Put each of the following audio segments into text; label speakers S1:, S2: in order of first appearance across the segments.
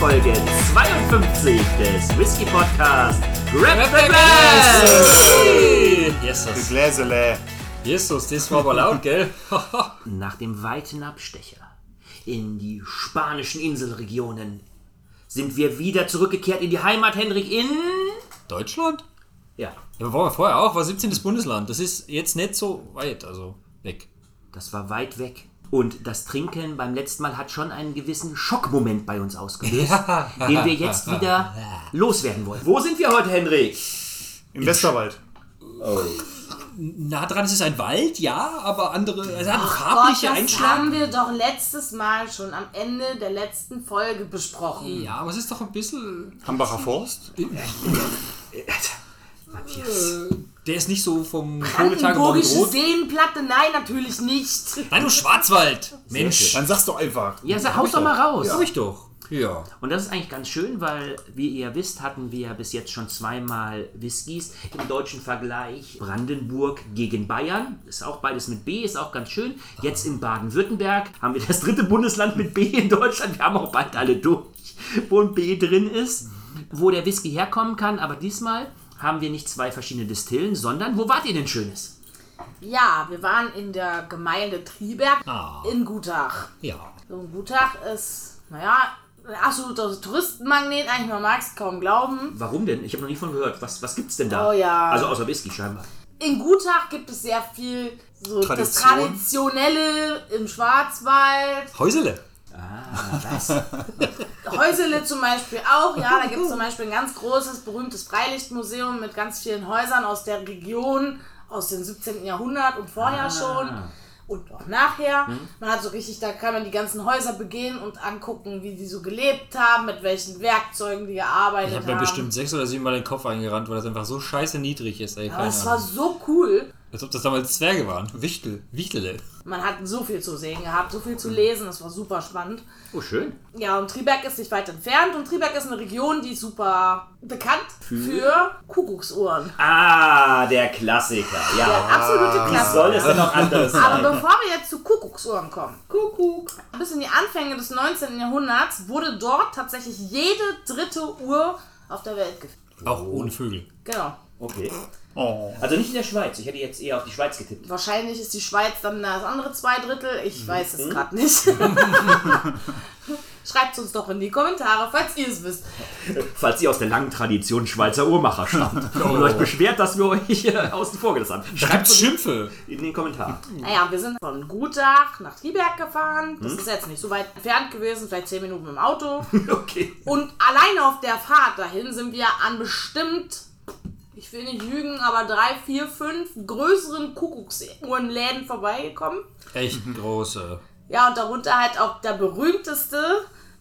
S1: Folge 52 des Whisky Podcast Grab the Glass!
S2: Yes. Jesus.
S3: Gläsele.
S2: Jesus, das war aber laut, gell?
S1: Nach dem weiten Abstecher in die spanischen Inselregionen sind wir wieder zurückgekehrt in die Heimat, Henrik, in...
S2: Deutschland?
S1: Ja,
S2: Ja, waren wir vorher auch, war 17. Bundesland. Das ist jetzt nicht so weit, also weg.
S1: das war weit weg. Und das Trinken beim letzten Mal hat schon einen gewissen Schockmoment bei uns ausgelöst, den wir jetzt wieder loswerden wollen. Wo sind wir heute, Henrik?
S3: Im Westerwald.
S2: Na dran, es ist ein Wald, ja, aber andere. Es hat
S4: Gott,
S2: farbliche
S4: das
S2: Einschlag.
S4: haben wir doch letztes Mal schon am Ende der letzten Folge besprochen.
S2: Ja, aber es ist doch ein bisschen.
S3: Hambacher Forst.
S2: Der ist nicht so vom Kohletagebau
S4: Brandenburgische
S2: rot.
S4: Seenplatte? Nein, natürlich nicht.
S2: Nein, du Schwarzwald! Mensch!
S3: Dann sagst du einfach.
S1: Ja, sag, haus doch mal raus.
S2: Hab ich doch. Ja.
S1: Und das ist eigentlich ganz schön, weil, wie ihr wisst, hatten wir ja bis jetzt schon zweimal Whiskys im deutschen Vergleich. Brandenburg gegen Bayern, ist auch beides mit B, ist auch ganz schön. Jetzt in Baden-Württemberg haben wir das dritte Bundesland mit B in Deutschland. Wir haben auch bald alle durch, wo ein B drin ist, wo der Whisky herkommen kann. Aber diesmal haben wir nicht zwei verschiedene Distillen, sondern wo wart ihr denn Schönes?
S4: Ja, wir waren in der Gemeinde Triberg
S2: Ah.
S4: in Gutach.
S2: Ja.
S4: So ein Gutach ist, naja, ein absoluter Touristenmagnet. Eigentlich, man mag es kaum glauben.
S1: Warum denn? Ich habe noch nie von gehört. Was, was gibt's denn da?
S4: Oh ja.
S1: Also außer Whisky scheinbar.
S4: In Gutach gibt es sehr viel so das
S3: Tradition.
S4: Traditionelle im Schwarzwald.
S2: Häusele.
S4: Häusele zum Beispiel auch, ja, da gibt es zum Beispiel ein ganz großes, berühmtes Freilichtmuseum mit ganz vielen Häusern aus der Region, aus dem 17. Jahrhundert und vorher schon und auch nachher. Man hat so richtig, da kann man die ganzen Häuser begehen und angucken, wie die so gelebt haben, mit welchen Werkzeugen die gearbeitet
S2: Ich habe mir
S4: haben.
S2: bestimmt sechs oder sieben Mal den Kopf eingerannt, weil das einfach so scheiße niedrig ist, ey.
S4: Aber
S2: Keine
S4: es war
S2: Ahnung.
S4: so cool.
S2: Als ob das damals Zwerge waren. Wichtel. Wichtele.
S4: Man hat so viel zu sehen gehabt, so viel zu lesen, das war super spannend.
S1: Oh, schön.
S4: Ja, und Triberg ist nicht weit entfernt und Triberg ist eine Region, die ist super bekannt für Kuckucksuhren.
S1: Ah, der Klassiker. Ja,
S4: Absolute Klasse.
S1: Ah, soll es denn noch anderes
S4: Aber
S1: sein?
S4: bevor wir jetzt zu Kuckucksuhren kommen. Kuckuck. Bis in die Anfänge des 19. Jahrhunderts wurde dort tatsächlich jede dritte Uhr auf der Welt geführt.
S2: Auch ohne Vögel.
S4: Genau.
S1: Okay.
S3: Oh.
S1: Also nicht in der Schweiz. Ich hätte jetzt eher auf die Schweiz getippt.
S4: Wahrscheinlich ist die Schweiz dann das andere zwei Drittel.
S1: Mhm.
S4: Ich weiß es gerade nicht. Schreibt uns doch in die Kommentare, falls ihr es wisst.
S1: Falls ihr aus der langen Tradition Schweizer Uhrmacher stammt und euch beschwert, dass wir euch hier außen vor gelassen haben,
S2: Da
S1: schreibt
S2: gibt's
S1: es
S2: Schimpfe.
S1: in den Kommentaren.
S4: Naja, wir sind von Gutach nach Triberg gefahren.
S1: Mhm.
S4: Das ist jetzt nicht so weit entfernt gewesen, vielleicht 10 Minuten im Auto.
S1: Okay.
S4: Und alleine auf der Fahrt dahin sind wir an bestimmt, ich will nicht lügen, aber drei, vier, fünf größeren Kuckucksuhrenläden vorbeigekommen.
S2: Echt große.
S4: Ja, und darunter halt auch der berühmteste.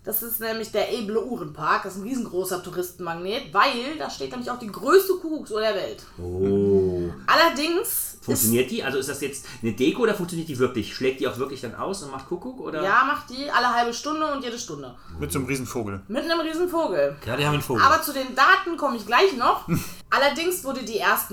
S4: Das ist nämlich der Eble Uhrenpark. Das ist ein riesengroßer Touristenmagnet, weil da steht nämlich auch die größte Kuckucksuhr der Welt.
S1: Oh.
S4: Allerdings ist,
S1: Funktioniert die? Also ist das jetzt eine Deko oder funktioniert die wirklich? Schlägt die auch wirklich dann aus und macht Kuckuck? Oder?
S4: ja, macht die alle halbe Stunde und jede Stunde.
S3: Mit so einem Riesenvogel.
S4: Mit einem riesen Vogel.
S2: Ja, die haben einen Vogel.
S4: Aber zu den Daten komme ich gleich noch. Allerdings wurde die erst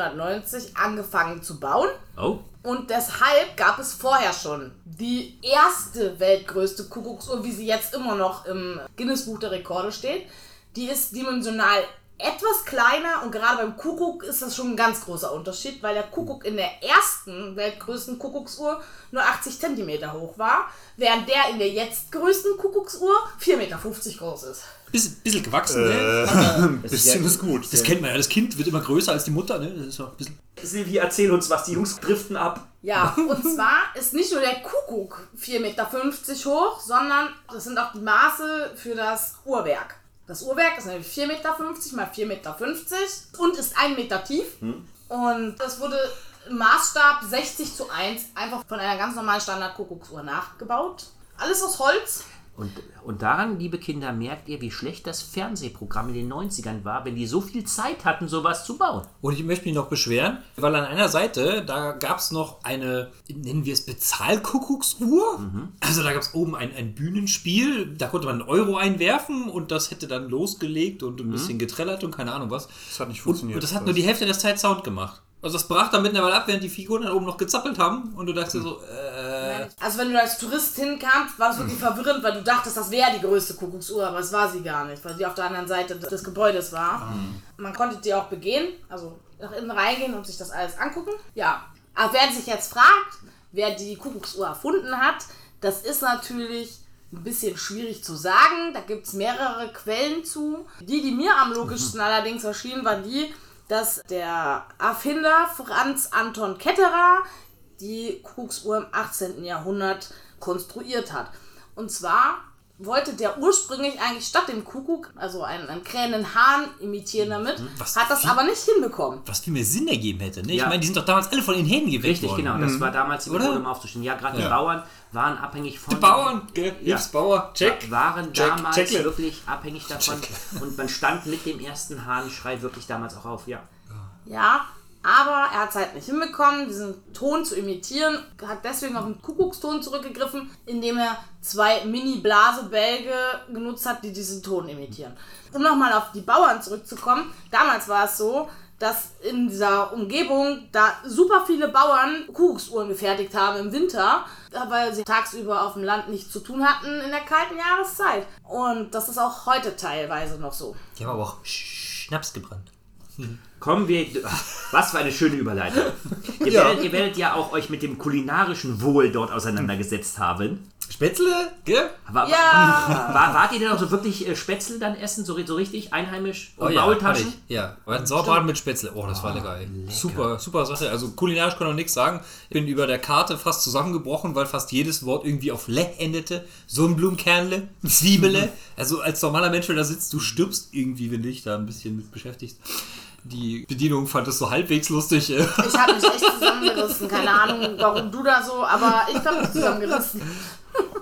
S4: 1990 angefangen zu bauen.
S1: Oh.
S4: Und deshalb gab es vorher schon die erste weltgrößte Kuckucksuhr, wie sie jetzt immer noch im Guinness-Buch der Rekorde steht. Die ist dimensional etwas kleiner und gerade beim Kuckuck ist das schon ein ganz großer Unterschied, weil der Kuckuck in der ersten weltgrößten Kuckucksuhr nur 80 cm hoch war, während der in der jetzt größten Kuckucksuhr 4,50 Meter groß ist.
S2: Biss, bisschen gewachsen, ne?
S3: Ein bisschen
S1: ja-
S3: ist gut.
S2: Das kennt man ja. Das Kind wird immer größer als die Mutter, ne? Das ist auch ein bisschen.
S1: Silvi, erzähl uns was. Die Jungs driften ab.
S4: Ja, und zwar ist nicht nur der Kuckuck 4,50 Meter hoch, sondern das sind auch die Maße für das Uhrwerk. Das Uhrwerk ist nämlich 4,50 Meter mal 4,50 Meter und ist 1 Meter tief. Und das wurde im Maßstab 60 zu 1 einfach von einer ganz normalen Standard-Kuckucksuhr nachgebaut. Alles aus Holz.
S1: Und, und daran, liebe Kinder, merkt ihr, wie schlecht das Fernsehprogramm in den 90ern war, wenn die so viel Zeit hatten, sowas zu bauen.
S2: Und ich möchte mich noch beschweren, weil an einer Seite, da gab es noch eine, nennen wir es Bezahlkuckucksuhr. Also da gab es oben ein, ein Bühnenspiel, da konnte man einen Euro einwerfen und das hätte dann losgelegt und ein bisschen getrellert und keine Ahnung was.
S3: Das hat nicht
S2: Und,
S3: funktioniert.
S2: und das hat nur die Hälfte der Zeit Sound gemacht. Also das brach dann mittlerweile ab, während die Figuren dann oben noch gezappelt haben und du dachtest dir so, äh, ja.
S4: nicht. Also wenn du als Tourist hinkamst, war das wirklich verwirrend, weil du dachtest, das wäre die größte Kuckucksuhr, aber es war sie gar nicht, weil die auf der anderen Seite des Gebäudes war. Man konnte die auch begehen, also nach innen reingehen und sich das alles angucken. Ja, aber wer sich jetzt fragt, wer die Kuckucksuhr erfunden hat, das ist natürlich ein bisschen schwierig zu sagen. Da gibt es mehrere Quellen zu. Die, die mir am logischsten allerdings erschienen, war die, dass der Erfinder Franz Anton Ketterer die Kuckucksuhr im 18. Jahrhundert konstruiert hat. Und zwar wollte der ursprünglich eigentlich statt dem Kuckuck, also einen, einen krähenden Hahn imitieren damit,
S2: Mhm. Was?
S4: hat das
S2: Wie?
S4: aber nicht hinbekommen.
S2: Was viel mehr Sinn ergeben hätte. Ne? Ich
S1: Ja.
S2: meine, die sind doch damals alle von den Händen geweckt
S1: Richtig,
S2: worden.
S1: genau. Das war damals die
S2: Oder?
S1: Methode, um aufzustehen. Ja, gerade die
S2: Ja.
S1: Bauern waren abhängig von.
S2: Die Bauern, gell?
S1: Ja.
S2: Hilfsbauer, check.
S1: waren
S2: Check,
S1: damals
S2: checkle.
S1: wirklich abhängig davon und man stand mit dem ersten Hahnschrei wirklich damals auch auf. Ja,
S4: Ja, aber er hat es halt nicht hinbekommen, diesen Ton zu imitieren, hat deswegen auf den Kuckuckston zurückgegriffen, indem er zwei Mini-Blasebälge genutzt hat, die diesen Ton imitieren. Um nochmal auf die Bauern zurückzukommen, damals war es so, dass in dieser Umgebung da super viele Bauern Kuckucksuhren gefertigt haben im Winter, weil sie tagsüber auf dem Land nichts zu tun hatten in der kalten Jahreszeit. Und das ist auch heute teilweise noch so.
S2: Die haben aber auch Schnaps gebrannt.
S1: Kommen wir. Was für eine schöne Überleitung. Ihr, werdet, ihr werdet ja auch euch mit dem kulinarischen Wohl dort auseinandergesetzt haben.
S2: Spätzle, gell?
S1: War,
S4: Ja!
S1: war, wart ihr denn auch so wirklich äh, Spätzle dann essen, so, ri- so richtig einheimisch? Und Maultaschen?
S2: hab ich. Oh Ja, wir hatten Sauerbraten mit Spätzle. Oh, das war lecker, ey. Super, super Sache. Also kulinarisch kann man nichts sagen. Ich bin über der Karte fast zusammengebrochen, weil fast jedes Wort irgendwie auf le endete. Sonnenblumenkernle, Zwiebele. Also als normaler Mensch, wenn du da sitzt, du stirbst irgendwie, wenn du dich da ein bisschen mit beschäftigst. Die Bedienung fand das so halbwegs lustig. äh.
S4: Ich habe mich echt zusammengerissen. Keine Ahnung, warum du da so, aber ich habe mich zusammengerissen.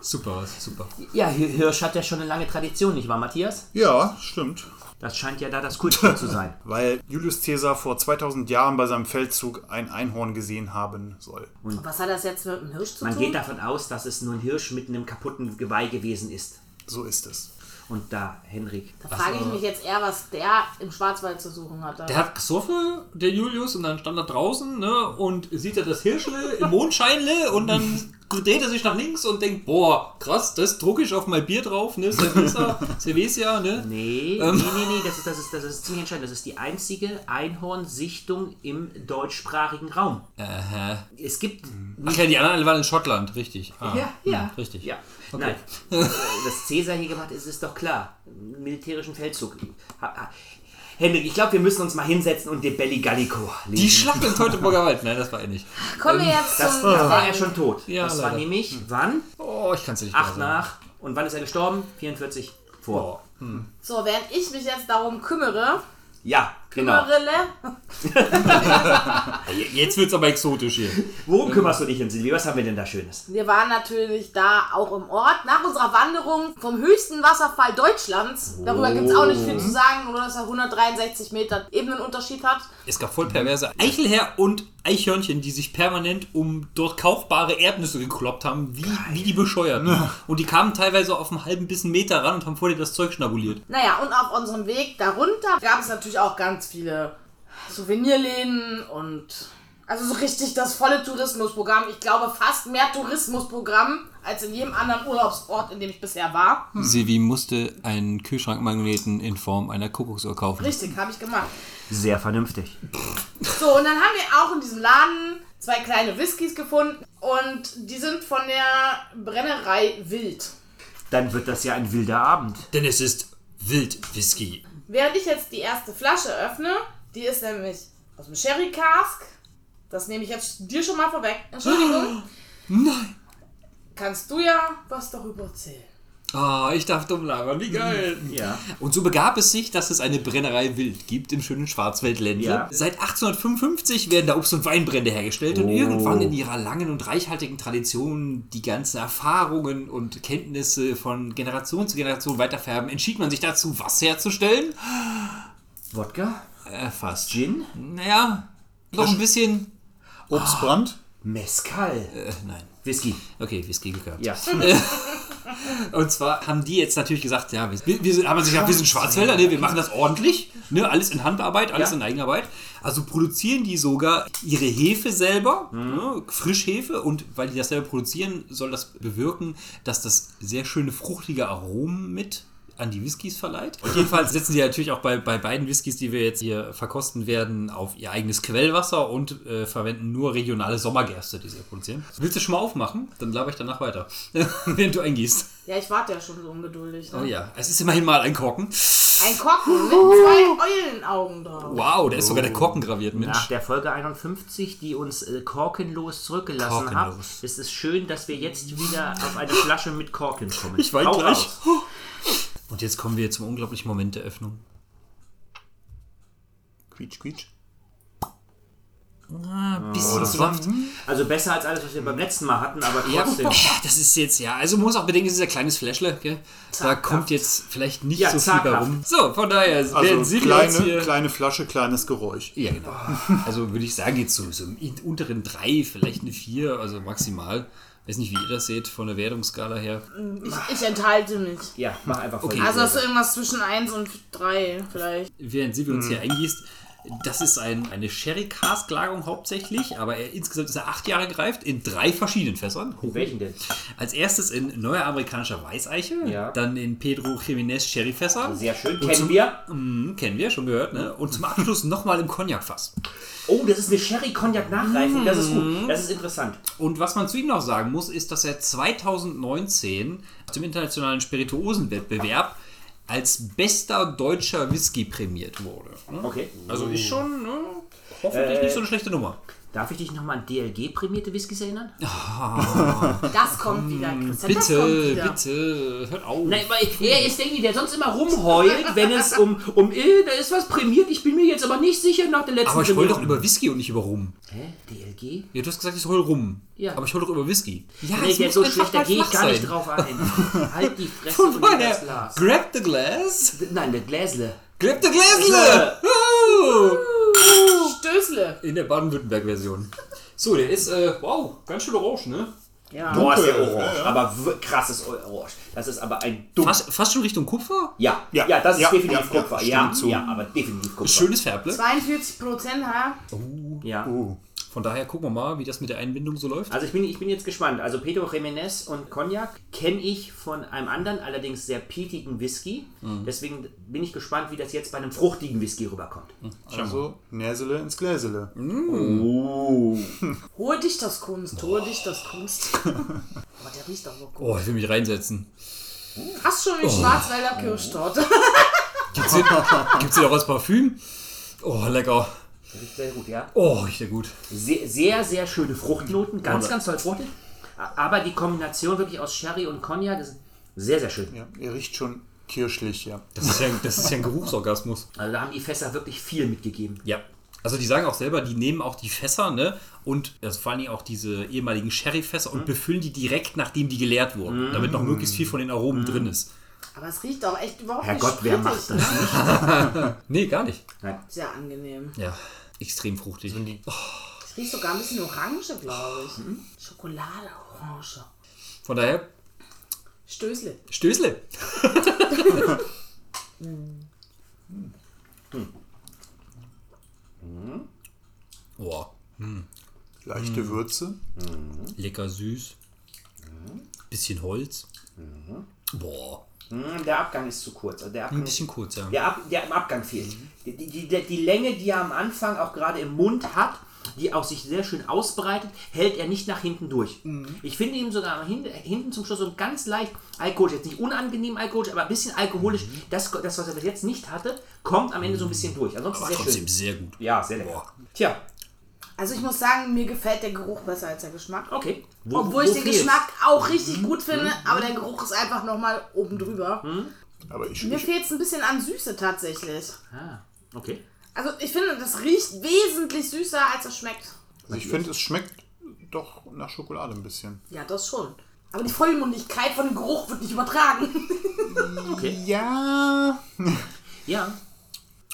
S2: Super, super.
S1: Ja, Hi- Hirsch hat ja schon eine lange Tradition, nicht wahr, Matthias?
S3: Ja, stimmt.
S1: Das scheint ja da das Kultur zu sein.
S3: Weil Julius Caesar vor 2000 Jahren bei seinem Feldzug ein Einhorn gesehen haben soll.
S4: Was hat das jetzt mit dem Hirsch zu
S1: Man
S4: tun?
S1: geht davon aus, dass es nur ein Hirsch mit einem kaputten Geweih gewesen ist.
S3: So ist es.
S1: Und da, Henrik,
S2: Äh,
S4: Da frage ich mich jetzt eher, was der im Schwarzwald zu suchen hat.
S2: Der hat gesoffen, der Julius, und dann stand er draußen ne, und sieht er das Hirschle im Mondscheinle und dann dreht er sich nach links und denkt, boah, krass, das drucke ich auf mein Bier drauf, ne, Cerveza, Cervecia, ne.
S1: Nee, nee, nee, nee, das ist, das, ist, das ist ziemlich entscheidend. Das ist die einzige Einhornsichtung im deutschsprachigen Raum. Es gibt.
S2: Ach ja, die anderen alle waren in Schottland, richtig. Ah,
S1: Ja, ja.
S2: hm, richtig.
S1: Ja, nein. Äh, Dass Cäsar hier gemacht ist, ist doch klar. Im Militärischen Feldzug. Ha, ha. Henrik, ich glaube, wir müssen uns mal hinsetzen und den Belligallico lesen.
S2: Die Schlacht in Teutoburger Wald, nein, das war er nicht.
S4: Kommen wir jetzt
S1: das,
S4: zum.
S1: da war er schon tot.
S2: Ja,
S1: das war
S2: leider.
S1: nämlich wann?
S2: Oh, ich kann es dir nicht
S1: Acht
S2: mehr sagen.
S1: nach. Und wann ist er gestorben? 44 vor.
S4: So, während ich mich jetzt darum kümmere,
S1: Ja, genau.
S4: Marille,
S2: Jetzt wird's aber exotisch hier.
S1: Worum kümmerst du dich denn, Silvi? Was haben wir denn da Schönes?
S4: wir waren natürlich da auch im Ort. Nach unserer Wanderung vom höchsten Wasserfall Deutschlands, darüber gibt es auch nicht
S1: Oh.
S4: viel zu sagen, nur dass er 163 Meter Ebenenunterschied hat.
S2: Es gab voll perverse Eichelherr und Eichhörnchen, die sich permanent um dort kaufbare Erdnüsse gekloppt haben, wie, wie die Bescheuerten. Und die kamen teilweise auf einen halben Bissen Meter ran und haben vor dir das Zeug schnabuliert.
S4: Naja, und auf unserem Weg darunter gab es natürlich auch ganz viele Souvenirläden und also so richtig das volle Tourismusprogramm. Ich glaube fast mehr Tourismusprogramm als in jedem anderen Urlaubsort, in dem ich bisher war.
S2: Hm. Sevi musste einen Kühlschrankmagneten in Form einer Kuckucksuhr kaufen.
S4: Richtig, habe ich gemacht.
S1: Sehr vernünftig.
S4: So, und dann haben wir auch in diesem Laden zwei kleine Whiskys gefunden und die sind von der Brennerei Wild.
S1: Dann wird das ja ein wilder Abend.
S2: Denn es ist Wildwhisky.
S4: Während ich jetzt die erste Flasche öffne, die ist nämlich aus dem Sherry Cask. Das nehme ich jetzt dir schon mal vorweg. Entschuldigung.
S2: Nein.
S4: Kannst du ja was darüber erzählen.
S2: Ah, ich darf dumm labern, wie geil.
S1: Ja.
S2: Und so begab es sich, dass es eine Brennerei Wild gibt im schönen Schwarzwaldländle.
S1: Ja.
S2: Seit 1855 werden da Obst- und Weinbrände hergestellt
S1: Oh.
S2: und irgendwann in ihrer langen und reichhaltigen Tradition die ganzen Erfahrungen und Kenntnisse von Generation zu Generation weiterfärben, entschied man sich dazu, was herzustellen.
S1: Wodka?
S2: Äh, fast.
S1: Gin?
S2: Naja, noch ein bisschen. Ah.
S3: Obstbrand?
S1: Mezcal?
S2: Äh, nein.
S1: Whisky.
S2: Okay, Whisky Glück gehabt.
S1: Ja.
S2: Und zwar haben die jetzt natürlich gesagt, ja, wir, wir sind, haben sich gesagt, wir sind Schwarzwälder, ne, wir machen das ordentlich, ne, alles in Handarbeit, alles
S1: Ja.
S2: in Eigenarbeit. Also produzieren die sogar ihre Hefe selber, ne, Frischhefe, und weil die das selber produzieren, soll das bewirken, dass das sehr schöne fruchtige Aromen mit an die Whiskys verleiht. Und jedenfalls setzen sie natürlich auch bei, bei beiden Whiskys, die wir jetzt hier verkosten werden, auf ihr eigenes Quellwasser und äh, verwenden nur regionale Sommergerste, die sie produzieren. Willst du schon mal aufmachen? Dann laber ich danach weiter, während du eingießt.
S4: Ja, ich warte ja schon so ungeduldig. Ne?
S2: Oh ja, es ist immerhin mal ein Korken.
S4: Ein Korken mit zwei Eulenaugen drauf.
S2: Wow, da ist sogar der
S1: Oh.
S2: Korken graviert,
S1: Nach
S2: Mensch.
S1: der Folge 51, die uns äh, korkenlos zurückgelassen
S2: Korkenlos.
S1: hat, ist es schön, dass wir jetzt wieder auf eine Flasche mit Korken kommen.
S2: Ich weine
S1: Hau
S2: gleich.
S1: raus.
S2: Und jetzt kommen wir zum unglaublichen Moment der Öffnung.
S3: Quietsch, quietsch.
S1: Oh,
S2: Ein bisschen sanft.
S1: Also besser als alles, was wir beim letzten Mal hatten, aber
S2: Ja,
S1: trotzdem.
S2: das ist jetzt, ja. Also man muss auch bedenken, es ist ein kleines Fläschle, gell? Da kommt jetzt vielleicht nicht
S1: Ja,
S2: so viel
S1: zaghaft.
S2: bei rum. So, von daher werden
S3: Also
S2: Sie jetzt
S3: kleine,
S2: hier...
S3: kleine Flasche, kleines Geräusch.
S2: Ja, genau. Also würde ich sagen, jetzt so, so im unteren drei, vielleicht eine vier, also maximal. Weiß nicht, wie ihr das seht von der Wertungsskala her.
S4: Ich, ich enthalte mich.
S1: Ja, mach einfach voll.
S2: Okay.
S4: Also hast du irgendwas zwischen 1 und 3 vielleicht.
S2: Während Silvio
S1: Mhm.
S2: uns hier eingießt, das ist ein, eine Sherry-Cask-Lagerung hauptsächlich, aber er, insgesamt ist er acht Jahre gereift in drei verschiedenen Fässern.
S1: Welchen denn?
S2: Als erstes in neuer amerikanischer Weißeiche,
S1: Ja.
S2: dann in Pedro Jiménez Sherryfässer.
S1: Sehr schön. Kennen wir.
S2: Hm, kennen wir, schon gehört, ne? Und zum Abschluss nochmal im Cognac-Fass.
S1: Oh, das ist eine Sherry-Cognac-Nachreifung. Das ist
S2: Mhm.
S1: gut. Das ist interessant.
S2: Und was man zu ihm noch sagen muss, ist, dass er 2019 zum internationalen Spirituosenwettbewerb als bester deutscher Whisky prämiert wurde. ne?
S1: Okay.
S2: Also ist schon ne? hoffentlich nicht so eine schlechte Nummer.
S1: Darf ich dich nochmal an DLG-prämierte Whiskys erinnern?
S4: Das kommt wieder, Christian. das kommt
S2: Bitte,
S4: wieder.
S2: bitte, hört auf.
S1: Nein, weil er ist derjenige, der sonst immer rumheult, wenn es um, um, äh, da ist was prämiert, ich bin mir jetzt aber nicht sicher nach der letzten
S2: Aber ich heul doch
S1: Prämierung.
S2: über Whisky und nicht über Rum.
S1: Hä? DLG?
S2: Ja, du hast gesagt, ich heul rum.
S1: Ja.
S2: Aber ich heul doch über Whisky. Ja,
S1: Nee,
S2: es
S1: der ist
S2: muss
S1: so
S2: einfach
S1: schlecht, da
S2: mal
S1: gehe ich
S2: flach
S1: gar nicht
S2: sein.
S1: drauf ein. halt die Fresse
S2: Von
S1: und nimm
S2: vorher.
S1: das Glas.
S2: Grab the glass.
S1: Nein, der Gläsle.
S2: Grab the glass. Juhu.
S4: Oh, Stößle.
S2: In der Baden-Württemberg-Version. So, der ist, äh, wow, ganz schön orange, ne?
S4: Ja.
S1: Boah, ist der orange. Aber w- krasses Orange. Das ist aber ein dunkles.
S2: Fast, fast schon Richtung Kupfer.
S1: Ja, ja,
S3: Ja,
S1: das ist
S3: ja,
S1: definitiv
S3: ja, ja,
S1: Kupfer.
S3: stimme
S1: Ja,
S3: zu.
S1: ja, aber definitiv Kupfer.
S2: Schönes Färble.
S4: 42 Prozent, ha?
S1: Ja.
S3: Oh.
S2: Von daher gucken wir mal, wie das mit der Einbindung so läuft.
S1: Also ich bin, ich bin jetzt gespannt. Also Pedro Jiménez und Cognac kenne ich von einem anderen, allerdings sehr peatigen Whisky. Deswegen bin ich gespannt, wie das jetzt bei einem fruchtigen Whisky rüberkommt.
S3: Also Näsele ins Gläsele.
S2: Mhm.
S1: Oh.
S4: Hol dich das Kunst, hol dich das Kunst. Boah, der riecht aber gut.
S2: Oh, ich will mich reinsetzen.
S4: Fast
S1: Oh.
S4: schon wie Schwarzwälder Kirschtorte.
S2: Gibt's hier, gibt's hier auch als Parfüm? Oh, lecker.
S1: Riecht sehr gut, ja.
S2: Oh, riecht ja gut.
S1: Sehr, sehr, sehr schöne Fruchtnoten. Ganz, ganz toll fruchtig. Aber die Kombination wirklich aus Sherry und Cognac ist sehr, sehr schön.
S3: Ja, er riecht schon kirschlich, ja.
S2: Das ist ja, das ist ja ein Geruchsorgasmus.
S1: Also da haben die Fässer wirklich viel mitgegeben.
S2: Ja. Also die sagen auch selber, die nehmen auch die Fässer, ne? Und also vor allen Dingen auch diese ehemaligen Sherry-Fässer und befüllen die direkt, nachdem die geleert wurden, damit noch möglichst viel von den Aromen drin ist.
S4: Aber es riecht auch echt überhaupt nicht
S1: Herrgott, wer macht
S4: sprittig,
S1: das?
S2: Nee, gar nicht.
S4: ne? Sehr angenehm.
S2: Ja, extrem fruchtig.
S1: Also
S4: Es riecht sogar ein bisschen Orange, glaube
S1: Mhm.
S4: ich. Schokolade, Orange.
S2: Von daher,
S4: Stößle.
S2: Stößle. Boah,
S3: Leichte
S2: Mhm.
S3: Würze.
S2: lecker süß. Bisschen Holz.
S1: Mhm.
S2: Boah,
S1: Hm, Der Abgang ist zu kurz. Also Der Abgang
S2: ein bisschen kurz, ja.
S1: Der, Ab, der im Abgang fehlt. Die, die, die, die Länge, die er am Anfang auch gerade im Mund hat, die auch sich sehr schön ausbreitet, hält er nicht nach hinten durch. Ich finde ihm sogar am hin, hinten zum Schluss so ein ganz leicht alkoholisch, jetzt nicht unangenehm alkoholisch, aber ein bisschen alkoholisch. Das, das, was er bis jetzt nicht hatte, kommt am Ende so ein bisschen durch. Ansonsten
S2: Aber
S1: sehr
S2: trotzdem
S1: schön.
S2: sehr gut.
S1: Ja, sehr lecker.
S2: Boah.
S1: Tja,
S4: Also ich muss sagen, mir gefällt der Geruch besser als der Geschmack.
S1: okay. Wo-
S4: Obwohl
S1: wo Mhm.
S4: ich den
S1: fehlt's?
S4: Geschmack auch richtig gut finde, aber der Geruch ist einfach nochmal oben drüber.
S1: Mhm.
S3: Aber ich,
S4: Mir
S3: ich,
S4: fehlt es ein bisschen an Süße tatsächlich.
S1: Ah, okay.
S4: Also ich finde, das riecht wesentlich süßer, als es schmeckt.
S3: also ich finde, es schmeckt doch nach Schokolade ein bisschen.
S4: Ja, das schon. Aber die Vollmundigkeit von dem Geruch wird nicht übertragen.
S3: Ja.
S1: Ja.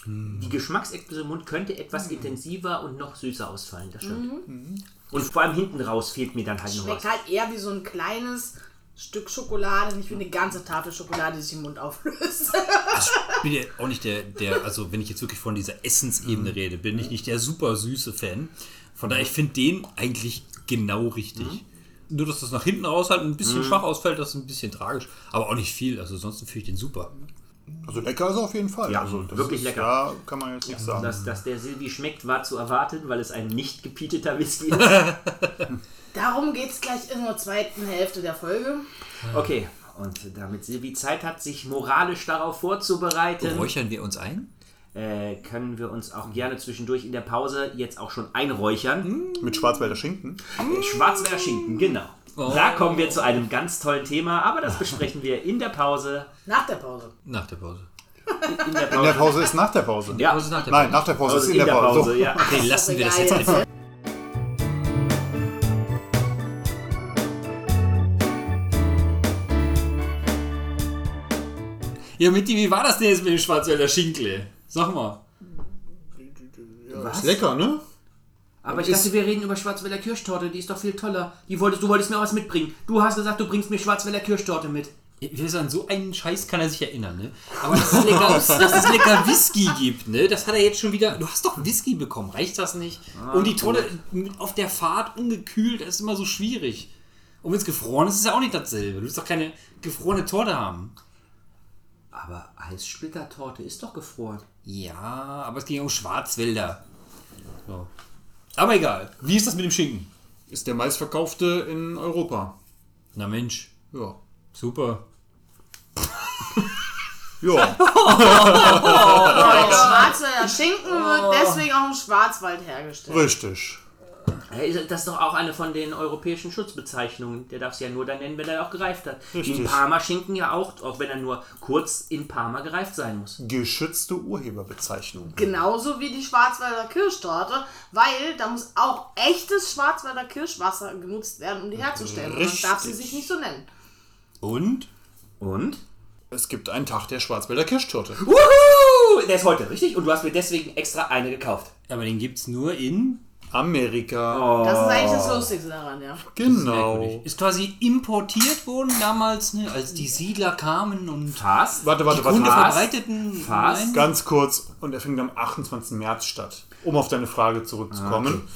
S1: Die Geschmacksexplosion im Mund könnte etwas intensiver und noch süßer ausfallen, das stimmt. Und vor allem hinten raus fehlt mir dann Mhm. halt noch was.
S4: Schmeckt halt eher wie so ein kleines Stück Schokolade, nicht wie eine ganze Tafel Schokolade, die sich im Mund auflöst.
S2: Ich bin ja auch nicht der, der, also wenn ich jetzt wirklich von dieser Essensebene rede, bin ich nicht der super süße Fan. Von daher, ich finde den eigentlich genau richtig. Nur, dass das nach hinten raus halt ein bisschen schwach ausfällt, das ist ein bisschen tragisch. Aber auch nicht viel. Also sonst finde ich den super.
S3: Also lecker ist er auf jeden Fall.
S1: Ja,
S3: also das
S1: wirklich
S3: ist,
S1: lecker.
S3: Da kann man jetzt nichts sagen.
S1: Dass, dass der Silvi schmeckt, war zu erwarten, weil es ein nicht gepieteter Whisky ist.
S4: Darum geht es gleich in der zweiten Hälfte der Folge.
S1: Okay, und damit Silvi Zeit hat, sich moralisch darauf vorzubereiten,
S2: Räuchern wir uns ein?
S1: äh, können wir uns auch gerne zwischendurch in der Pause jetzt auch schon einräuchern.
S3: Mit Schwarzwälder Schinken.
S1: Äh, Schwarzwälder Schinken, genau.
S3: Oh.
S1: Da kommen wir zu einem ganz tollen Thema, aber das besprechen wir in der Pause.
S4: Nach der Pause.
S2: Nach der Pause.
S1: In der
S3: In der
S1: Pause.
S3: Pause ist nach der Pause.
S1: Ja,
S2: Pause nach der
S3: Nein, nach der Pause
S1: Also
S3: ist in der Pause. So.
S1: ja.
S2: Okay, lassen wir das
S4: Egal,
S2: jetzt
S4: jetzt.
S2: einfach. Ja, mit die, wie war das denn jetzt mit dem Schwarzwälder Schinkle? Sag mal.
S3: Ist lecker, ne?
S1: Aber ich dachte, wir reden über Schwarzwälder Kirschtorte, die ist doch viel toller. Die wolltest, du wolltest mir auch was mitbringen. Du hast gesagt, du bringst mir Schwarzwälder Kirschtorte mit.
S2: Wir sagen, so einen Scheiß kann er sich erinnern, ne? Aber dass es lecker, dass es lecker Whisky gibt, ne? Das hat er jetzt schon wieder. Du hast doch Whisky bekommen, reicht das nicht?
S3: Ah,
S2: Und die Tolle mit- auf der Fahrt ungekühlt, das ist immer so schwierig. Und wenn es gefroren ist, ist ja auch nicht dasselbe. Du willst doch keine gefrorene Torte haben.
S1: Aber Eissplittertorte ist doch gefroren.
S2: Ja, aber es ging ja um Schwarzwälder. So. Aber egal. Wie ist das mit dem Schinken?
S3: Ist der meistverkaufte in Europa.
S2: Na Mensch,
S3: Ja.
S2: super.
S3: Ja. Oh
S4: Der Schwarzwälder Schinken wird deswegen auch im Schwarzwald hergestellt.
S3: Richtig.
S1: Hey, Das ist doch auch eine von den europäischen Schutzbezeichnungen. Der darf es ja nur dann nennen, wenn er auch gereift hat.
S3: Richtig.
S1: Die Parma-Schinken ja auch, auch wenn er nur kurz in Parma gereift sein muss.
S3: Geschützte Urheberbezeichnung.
S4: Genauso wie die Schwarzwälder Kirschtorte, weil da muss auch echtes Schwarzwälder Kirschwasser genutzt werden, um die herzustellen. Und sonst darf sie
S3: Richtig.
S4: sich nicht so nennen.
S2: Und?
S1: Und?
S3: Es gibt einen Tag der Schwarzwälder Kirschtorte.
S1: Wuhu! Der ist heute, richtig? Und du hast mir deswegen extra eine gekauft.
S2: Aber den gibt's nur in.
S3: Amerika.
S4: Das ist eigentlich das Lustigste daran, ja.
S3: Genau.
S2: Ist quasi importiert worden damals, ne, als die Siedler kamen und
S1: Fast?
S3: Warte, warte, warte.
S2: Kunde
S3: warte.
S1: Fast.
S2: verbreiteten.
S1: Fast.
S2: Nein.
S3: Ganz kurz. Und er findet am 28. März statt. Um auf deine Frage zurückzukommen.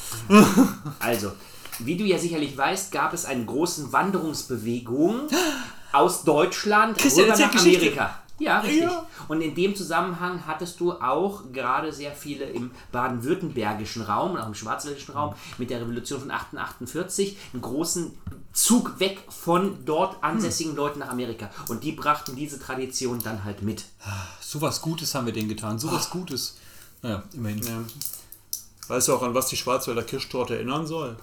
S1: Also, wie du ja sicherlich weißt, gab es eine große Wanderungsbewegung aus Deutschland
S2: Christian,
S1: rüber
S2: erzähl
S1: nach
S2: Geschichte.
S1: Amerika. Ja, richtig. Und in dem Zusammenhang hattest du auch gerade sehr viele im baden-württembergischen Raum und auch im schwarzwäldischen Raum mit der Revolution von 1848 einen großen Zug weg von dort ansässigen Leuten nach Amerika. Und die brachten diese Tradition dann halt mit.
S2: So was Gutes haben wir denen getan. So was Gutes. Naja, immerhin.
S3: Weißt du auch, an was die Schwarzwälder Kirschtorte erinnern soll?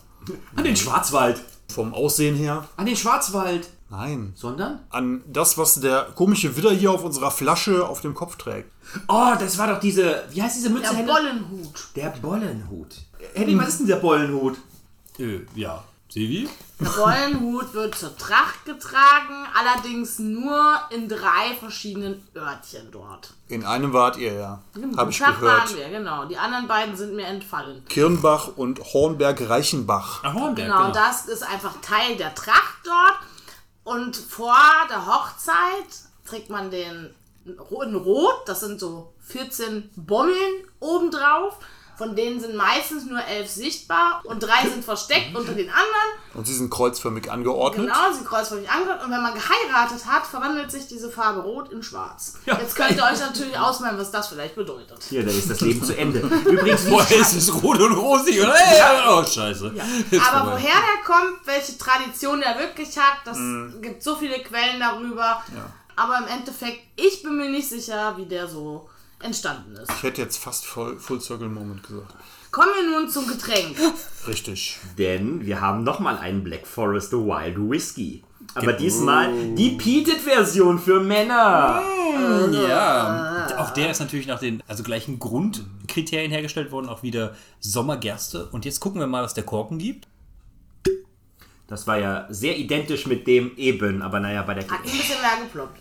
S1: An den Schwarzwald!
S3: Vom Aussehen her?
S1: An den Schwarzwald!
S3: Nein.
S1: Sondern?
S3: An das, was der komische Widder hier auf unserer Flasche auf dem Kopf trägt.
S1: Oh, das war doch diese. Wie heißt diese Mütze?
S4: Der
S1: Henry?
S4: Bollenhut.
S1: Der Bollenhut. Henning, was ist denn der Bollenhut?
S2: Äh, ja. Silvi?
S4: Der Bollenhut wird zur Tracht getragen, allerdings nur in drei verschiedenen Örtchen dort.
S3: In einem wart ihr ja. Habe ich
S4: Tracht waren
S3: gehört.
S4: Genau, wir, genau. Die anderen beiden sind mir entfallen.
S3: Kirnbach und Hornberg-Reichenbach.
S2: Ach, Hornberg,
S4: Genau, das ist einfach Teil der Tracht dort. Und vor der Hochzeit trägt man den in Rot, das sind so 14 Bommeln obendrauf. Von denen sind meistens nur elf sichtbar und drei sind versteckt unter den anderen.
S3: Und sie sind kreuzförmig angeordnet.
S4: Genau, sie kreuzförmig angehört. Und wenn man geheiratet hat, verwandelt sich diese Farbe Rot in Schwarz. Jetzt könnt ihr euch natürlich ausmalen, was das vielleicht bedeutet.
S1: Hier, da ist das Leben zu Ende. Übrigens,
S2: Boah, es ist rot und rosig, oder? Ja. Oh, scheiße. Jetzt
S4: Aber
S2: vorbei.
S4: woher der kommt, welche Tradition er wirklich hat, das
S2: Mhm.
S4: gibt so viele Quellen darüber. Aber im Endeffekt, ich bin mir nicht sicher, wie der so entstanden ist.
S3: Ich hätte jetzt fast voll Full Circle Moment gesagt.
S4: Kommen wir nun zum Getränk.
S3: Richtig.
S1: denn wir haben nochmal einen Black Forest Wild Whisky. Aber diesmal die Peated-Version für Männer.
S2: Ja, auch der ist natürlich nach den also gleichen Grundkriterien hergestellt worden, auch wieder Sommergerste. Und jetzt gucken wir mal, was der Korken gibt.
S1: Das war ja sehr identisch mit dem eben, aber naja, bei der
S4: Hat ein bisschen mehr geploppt.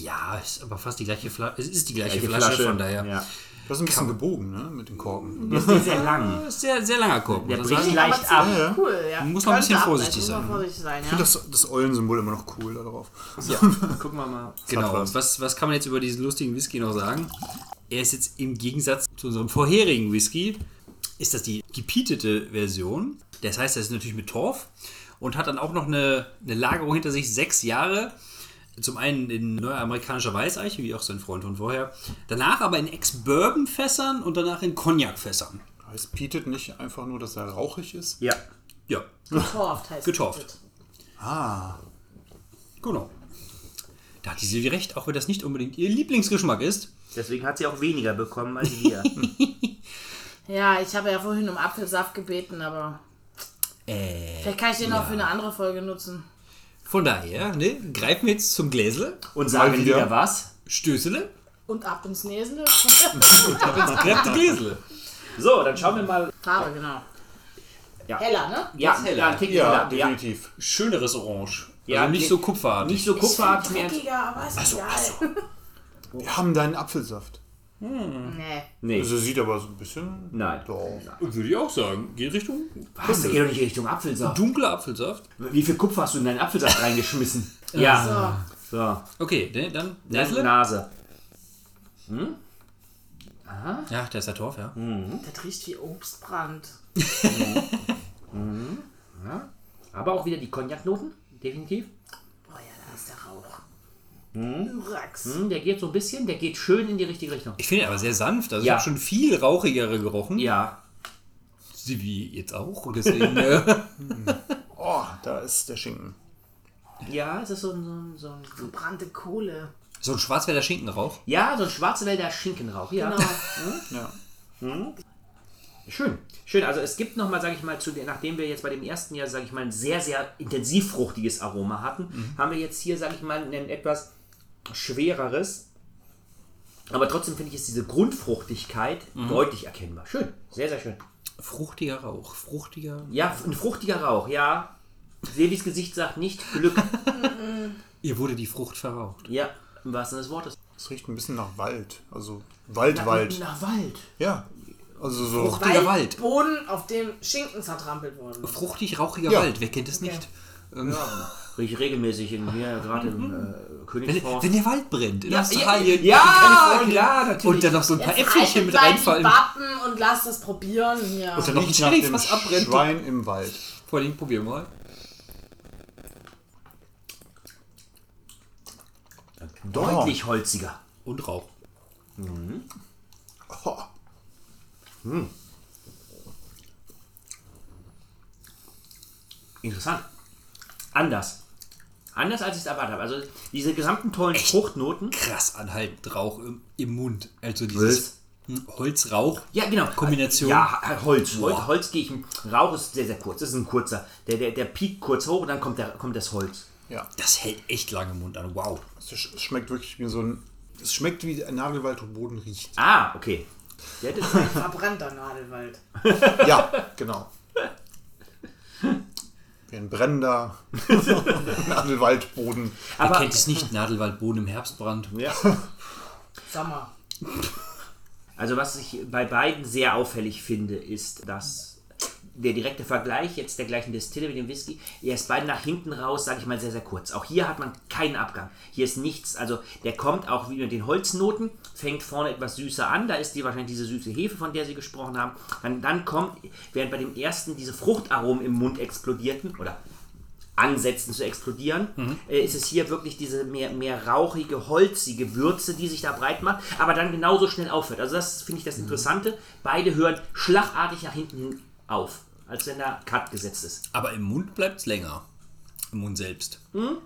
S2: Ja, ist aber fast die gleiche Flasche. Es ist die gleiche
S1: Gleiche
S2: Flasche,
S1: Flasche,
S2: von daher.
S1: ja.
S3: Das ist ein bisschen gebogen, ne? Mit den Korken.
S1: Der ist sehr, sehr lang.
S2: Das ist sehr, sehr langer Korb.
S1: Der
S2: muss man
S1: bricht
S2: sagen.
S1: leicht
S4: aber
S1: ab.
S4: ziemlich Cool, ja.
S2: Muss man ein bisschen
S4: Könnte
S2: vorsichtig
S4: ableiten,
S2: sein.
S4: Muss man vorsichtig sein,
S3: Ich
S4: ja.
S3: finde das, das Eulensymbol immer noch cool da drauf.
S1: Gucken wir mal.
S2: Genau.
S3: was.
S2: Was, was kann man jetzt über diesen lustigen Whisky noch sagen? Er ist jetzt im Gegensatz zu unserem vorherigen Whisky, ist das die gepietete Version. Das heißt, er ist natürlich mit Torf und hat dann auch noch eine, eine Lagerung hinter sich, sechs Jahre. Zum einen in neuamerikanischer Weißeiche, wie auch sein Freund von vorher. Danach aber in Ex-Bourbon-Fässern und danach in Cognac-Fässern.
S3: Heißt Pietet nicht einfach nur, dass er rauchig ist?
S1: Ja.
S2: Ja,
S4: Getorft heißt
S2: Getorft.
S4: das.
S2: genau. Da hat die Silvi recht, auch wenn das nicht unbedingt ihr Lieblingsgeschmack ist.
S1: Deswegen hat sie auch weniger bekommen als wir.
S4: Ja, ich habe ja vorhin um Apfelsaft gebeten, aber
S2: Äh,
S4: vielleicht kann ich den auch für eine andere Folge nutzen.
S2: von daher, ne, greifen wir jetzt zum Gläsle.
S1: Und sagen
S3: wieder.
S1: wieder was.
S2: Stößele,
S4: Und ab ins Näsende.
S2: gereppte Gläsle.
S1: So, dann schauen wir mal.
S4: Farbe, genau.
S1: Ja.
S4: Heller, ne?
S1: Ja,
S2: heller.
S1: ja, ein Tick
S3: Ja,
S1: heller, ja.
S3: definitiv.
S2: Schöneres Orange.
S1: Ja,
S2: also nicht
S1: nee,
S2: so kupferartig.
S1: Nicht so kupferartig mehr.
S4: Dreckiger, aber ist egal.
S3: Wir haben deinen Apfelsaft.
S4: Nee.
S1: Nee,
S3: Also sieht aber so ein bisschen.
S1: nein.
S3: Doch.
S2: Würde ich auch sagen. Geht Richtung
S1: Was? Das geht doch nicht Richtung Apfelsaft.
S2: dunkler Apfelsaft.
S1: Wie viel Kupfer hast du in deinen Apfelsaft reingeschmissen? ja.
S4: So,
S1: So,
S2: Okay, ne, dann
S1: Nase.
S2: Gläsle.
S1: Nase.
S2: Ja, da ist der Torf, ja.
S4: das riecht wie Obstbrand.
S1: Aber auch wieder die Cognac-Noten, definitiv.
S4: Boah, ja, da ist der Rauch. Urax.
S1: Hm, Der geht so ein bisschen, der geht schön in die richtige Richtung.
S2: Ich finde aber sehr sanft. Also
S1: Ja.
S2: ich habe schon viel rauchigere gerochen.
S1: Ja,
S2: Sie wie jetzt auch. Deswegen, äh,
S3: Oh, da ist der Schinken.
S1: ja, es ist so ein, so ein, so ein
S4: Verbrannte Kohle.
S2: so ein Schwarzwälder Schinkenrauch.
S1: ja, so ein Schwarzwälder Schinkenrauch. Ja,
S4: Genau.
S3: Ja.
S1: schön, schön. Also es gibt nochmal, sage ich mal, zu den, nachdem wir jetzt bei dem ersten Jahr, sage ich mal, ein sehr, sehr intensiv fruchtiges Aroma hatten, haben wir jetzt hier, sage ich mal, ein etwas schwereres. Aber trotzdem finde ich, ist diese Grundfruchtigkeit deutlich erkennbar. Schön, sehr, sehr schön.
S2: Fruchtiger Rauch. Fruchtiger.
S1: Ja, ein fruchtiger Rauch, ja. Sevis Gesicht sagt nicht Glück.
S2: Ihr wurde die Frucht verraucht.
S1: Ja, im wahrsten Sinne des Wortes.
S3: Es riecht ein bisschen nach Wald. Also Wald, Wald.
S1: Nach Wald.
S3: Ja. Also so.
S2: Fruchtiger Wald.
S4: Boden, auf dem Schinken zertrampelt wurden.
S2: Fruchtig rauchiger
S3: Ja.
S2: Wald. Wer kennt das nicht?
S1: Rieche regelmäßig in hier, gerade im äh,
S2: Wenn,
S1: Königshaus.
S2: wenn der Wald brennt. In
S1: ja,
S2: Australien.
S1: ja klar, natürlich.
S2: Und dann noch so ein paar Äpfelchen mit
S4: Haltet mal
S2: reinfallen.
S4: Die Wappen und lasst das probieren hier.
S3: Und dann noch
S2: Riecht
S3: nach
S2: schräg,
S3: dem
S2: was abbrennt.
S3: Schwein im Wald.
S2: Vor allem probier mal.
S1: Deutlich holziger.
S2: Und Rauch.
S3: Oh.
S1: Interessant. Anders. Anders als ich es erwartet habe. Also diese gesamten tollen Fruchtnoten.
S2: Krass anhaltend Rauch im, im Mund. Also dieses hm, Holzrauch.
S1: Ja, genau.
S2: Kombination.
S1: Ja, Holz. Holz,
S2: Boah.
S1: Holz gehe ich. Rauch ist sehr, sehr kurz. Das ist ein kurzer. Der, der, der piekt kurz hoch und dann kommt, der, kommt das Holz.
S3: Ja.
S2: Das hält echt lange im Mund an. Wow.
S3: Es sch- schmeckt wirklich wie so ein. Es schmeckt wie ein Nagelwald und Boden riecht.
S1: Ah, okay. Der, der,
S4: Verbrannter Nadelwald.
S3: Ja, genau. Wie ein brennender Nadelwaldboden.
S2: Wer
S1: Aber-
S2: kennt es nicht? Nadelwaldboden im Herbstbrand.
S3: Ja.
S4: Sommer.
S1: Also was ich bei beiden sehr auffällig finde, ist, dass der direkte Vergleich jetzt der gleichen Destille mit dem Whisky, er ist beide nach hinten raus, sage ich mal, sehr, sehr kurz. Auch hier hat man keinen Abgang. Hier ist nichts. Also der kommt auch wieder mit den Holznoten, fängt vorne etwas süßer an. Da ist die wahrscheinlich diese süße Hefe, von der Sie gesprochen haben. Dann, dann kommt, während bei dem ersten diese Fruchtaromen im Mund explodierten oder Ansätzen zu explodieren,
S2: Mhm.
S1: äh, ist es hier wirklich diese mehr, mehr rauchige, holzige Würze, die sich da breit macht, aber dann genauso schnell aufhört. Also das finde ich das
S2: Mhm.
S1: Interessante. Beide hören schlagartig nach hinten hin auf, als wenn da Cut gesetzt ist.
S2: Aber im Mund bleibt es länger. Im Mund selbst.
S1: Hm.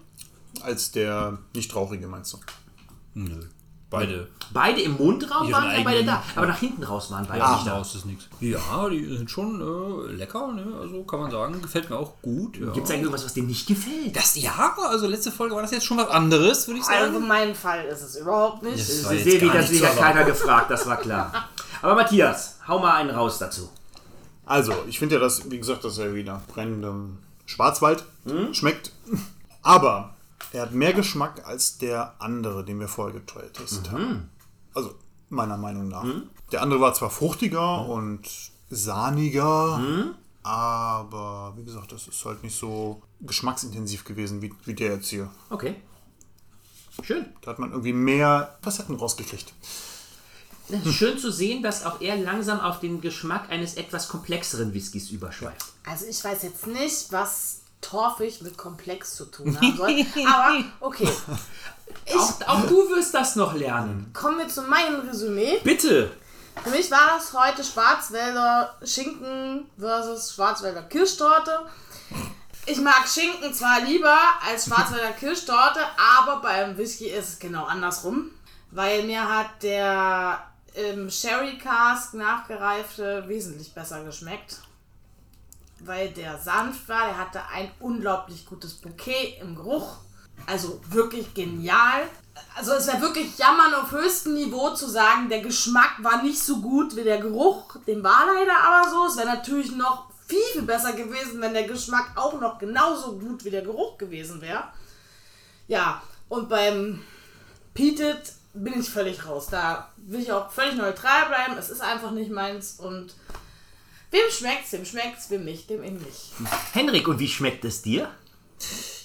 S3: Als der nicht rauchige, meinst du?
S2: Nö.
S1: Hm.
S2: Beide.
S1: Beide im Mundraum
S2: Ihren
S1: waren ja beide
S2: eigenen-
S1: da, aber nach hinten raus waren beide
S2: Ah,
S1: nicht da.
S2: daraus ist nichts. Ja, die sind schon äh, lecker. Ne? Also kann man sagen, gefällt mir auch gut. Ja.
S1: Gibt es eigentlich irgendwas, was dir nicht gefällt?
S2: das ja, also letzte Folge war das jetzt schon was anderes, würde ich sagen.
S4: Also mein Fall ist es überhaupt nicht.
S2: Das war
S1: Ich
S2: jetzt
S1: sehe, wie
S2: gar
S1: das
S2: nicht
S1: wieder
S2: so, aber-
S1: keiner gefragt, das war klar. Aber Matthias, hau mal einen raus dazu.
S3: Also, ich finde ja das, wie gesagt, das ist ja wieder brennendem Schwarzwald.
S4: Mhm.
S3: Schmeckt. Aber er hat mehr
S4: Mhm.
S3: Geschmack als der andere, den wir vorher getestet haben. Also, meiner Meinung nach. Der andere war zwar fruchtiger
S4: Mhm.
S3: und sahniger, aber wie gesagt, das ist halt nicht so geschmacksintensiv gewesen wie, wie der jetzt hier.
S1: Okay. Schön.
S3: Da hat man irgendwie mehr Facetten rausgekriegt.
S1: Es ist schön zu sehen, dass auch er langsam auf den Geschmack eines etwas komplexeren Whiskys überschweift.
S4: Also ich weiß jetzt nicht, was torfig mit komplex zu tun haben soll. aber okay,
S1: Auch, auch du wirst das noch lernen.
S4: kommen wir zu meinem Resümee.
S1: Bitte!
S4: Für mich war das heute Schwarzwälder Schinken versus Schwarzwälder Kirschtorte. Ich mag Schinken zwar lieber als Schwarzwälder Kirschtorte, aber beim Whisky ist es genau andersrum. Weil mir hat der im Sherry Cask nachgereifte wesentlich besser geschmeckt. Weil der sanft war, der hatte ein unglaublich gutes Bouquet im Geruch. Also wirklich genial. Also es wäre wirklich jammern auf höchstem Niveau zu sagen, der Geschmack war nicht so gut wie der Geruch. Dem war leider aber so. Es wäre natürlich noch viel, viel besser gewesen, wenn der Geschmack auch noch genauso gut wie der Geruch gewesen wäre. Ja, und beim Peated bin ich völlig raus. Da will ich auch völlig neutral bleiben. Es ist einfach nicht meins und wem schmeckt's, dem schmeckt's, wem nicht, dem eben nicht.
S1: Henrik, und wie schmeckt es dir?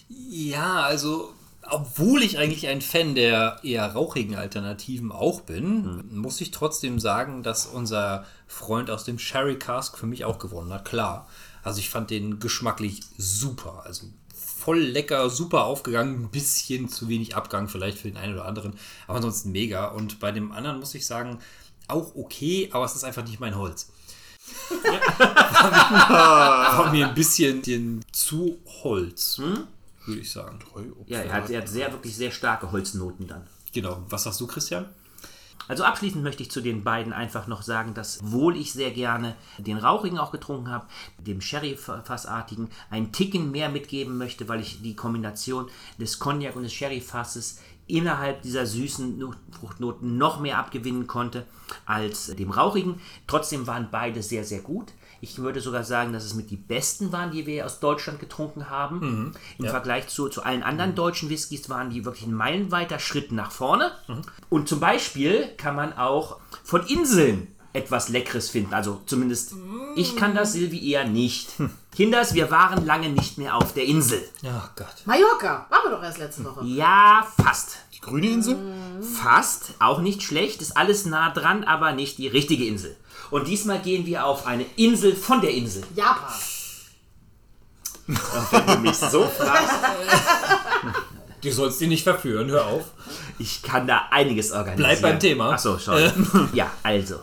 S2: Ja, also obwohl ich eigentlich ein Fan der eher rauchigen Alternativen auch bin, muss ich trotzdem sagen, dass unser Freund aus dem Sherry Cask für mich auch gewonnen hat. Klar. Also ich fand den geschmacklich super. Also voll lecker, super aufgegangen, ein bisschen zu wenig Abgang vielleicht für den einen oder anderen, aber ansonsten mega. Und bei dem anderen muss ich sagen, auch okay, aber es ist einfach nicht mein Holz. War mir ein bisschen den zu Holz, würde ich sagen.
S1: Ja, er hat, er hat sehr, wirklich sehr starke Holznoten dann.
S2: Genau. Was sagst du, Christian?
S1: Also abschließend möchte ich zu den beiden einfach noch sagen, dass wohl ich sehr gerne den rauchigen auch getrunken habe, dem Sherry-Fassartigen einen Ticken mehr mitgeben möchte, weil ich die Kombination des Cognac und des Sherry-Fasses innerhalb dieser süßen Nu- Fruchtnoten noch mehr abgewinnen konnte als dem rauchigen. Trotzdem waren beide sehr, sehr gut. Ich würde sogar sagen, dass es mit die besten waren, die wir aus Deutschland getrunken haben. Im Vergleich zu, zu allen anderen deutschen Whiskys waren die wirklich ein meilenweiter Schritt nach vorne. Und zum Beispiel kann man auch von Inseln etwas Leckeres finden. Also zumindest ich kann das, Silvi eher nicht. Kinders, wir waren lange nicht mehr auf der Insel.
S2: Ach Gott.
S4: Mallorca, waren wir doch erst letzte Woche.
S1: Mhm. Ja, fast.
S3: Die grüne Insel?
S4: Mhm.
S1: Fast, auch nicht schlecht, ist alles nah dran, aber nicht die richtige Insel. Und diesmal gehen wir auf eine Insel von der Insel.
S4: Japan.
S1: Mich so fragst.
S2: Du sollst ihn nicht verführen, hör auf.
S1: Ich kann da einiges organisieren.
S2: Bleib beim Thema. Äh.
S1: Achso, schade. ja, also.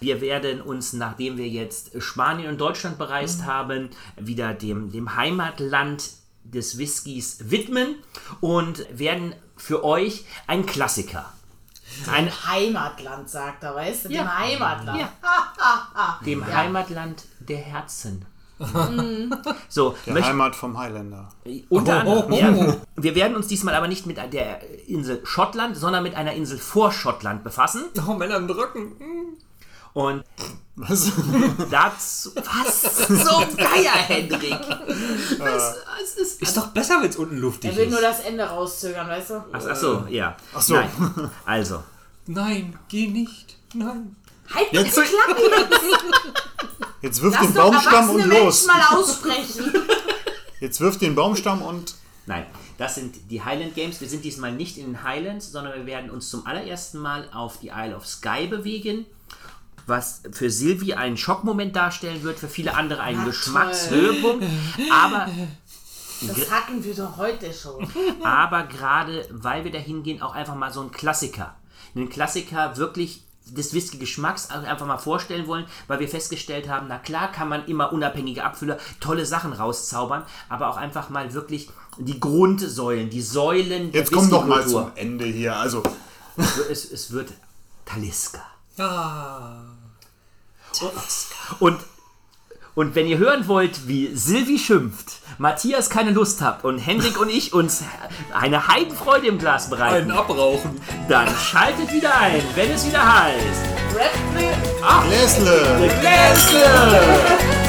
S1: Wir werden uns, nachdem wir jetzt Spanien und Deutschland bereist
S2: Mhm.
S1: haben, wieder dem, dem Heimatland des Whiskys widmen und werden für euch einen Klassiker, ein,
S4: Heimatland, sagt er, weißt du? Dem Heimatland.
S1: Ja. dem Heimatland der Herzen. so,
S3: Der
S1: möcht-
S3: Heimat vom Highlander.
S1: Unter
S2: Oh,
S1: anderem,
S2: oh,
S1: ja. Wir werden uns diesmal aber nicht mit der Insel Schottland, sondern mit einer Insel vor Schottland befassen.
S2: Oh, Männer im Rücken.
S1: Und
S3: Was?
S1: dazu. Was zum Geier, Hendrik? Was, was ist.
S2: Ist doch besser, wenn es unten luftig
S4: Er will nur
S2: ist.
S4: das Ende rauszögern, weißt du?
S1: Ach, ach so, ja. Ach
S3: so.
S1: Nein. Also,
S2: Nein, geh nicht. Nein.
S4: Halt
S3: Jetzt-
S4: die Klappe jetzt!
S3: Jetzt wirf
S4: Lass
S3: den
S4: doch
S3: Baumstamm
S4: erwachsene
S3: und
S4: Menschen
S3: los.
S4: mal aussprechen.
S3: Jetzt wirf den Baumstamm und
S1: nein. Das sind die Highland Games. Wir sind diesmal nicht in den Highlands, sondern wir werden uns zum allerersten Mal auf die Isle of Skye bewegen. Was für Silvi einen Schockmoment darstellen wird, für viele andere einen
S4: Na
S1: Geschmackshöhepunkt. Aber
S4: Das hatten wir doch heute schon.
S1: aber gerade weil wir dahin gehen, auch einfach mal so einen Klassiker. Einen Klassiker wirklich des Whisky-Geschmacks einfach mal vorstellen wollen, weil wir festgestellt haben, na klar kann man immer unabhängige Abfüller tolle Sachen rauszaubern, aber auch einfach mal wirklich die Grundsäulen, die Säulen der
S3: jetzt komm doch mal
S1: Whisky-Kultur.
S3: zum Ende hier. Also,
S1: Es, es wird Talisker.
S2: Ah.
S1: Und, und wenn ihr hören wollt, wie Silvi schimpft, Matthias keine Lust hat und Henrik und ich uns eine Heidenfreude im Glas bereiten,
S2: Einen abrauchen.
S1: dann schaltet wieder ein, wenn es wieder heißt.
S4: Rap
S3: Leslie!
S1: Gläschen!